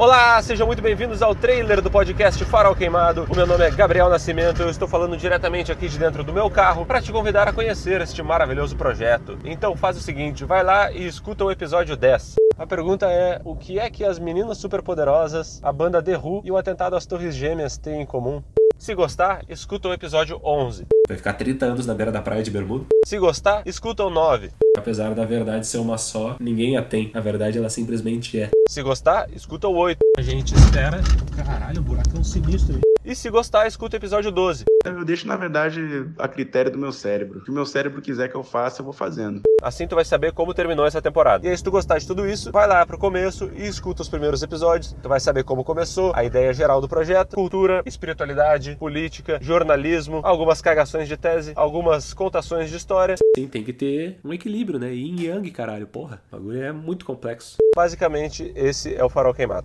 Olá, sejam muito bem-vindos ao trailer do podcast Farol Queimado. O meu nome é Gabriel Nascimento, eu estou falando diretamente aqui de dentro do meu carro para te convidar a conhecer este maravilhoso projeto. Então faz o seguinte, vai lá e escuta o episódio 10. A pergunta é: o que é que as meninas superpoderosas, a banda The Who e o atentado às Torres Gêmeas têm em comum? Se gostar, escuta o episódio 11. Vai ficar 30 anos na beira da praia de Bermuda. Se gostar, escuta o 9. Apesar da verdade ser uma só, ninguém a tem. A verdade, ela simplesmente é. Se gostar, escuta o 8. A gente espera. Caralho, o buraco é um sinistro. hein? E se gostar, escuta o episódio 12. Eu deixo, na verdade, a critério do meu cérebro. O que o meu cérebro quiser que eu faça, eu vou fazendo. Assim tu vai saber como terminou essa temporada. E aí, se tu gostar de tudo isso, vai lá pro começo e escuta os primeiros episódios. Tu vai saber como começou, a ideia geral do projeto, cultura, espiritualidade, política, jornalismo, algumas cagações de tese, algumas contações de história. Sim, tem que ter um equilíbrio, né? Yin e yang, caralho, porra. O bagulho é muito complexo. Basicamente, esse é o farol queimado.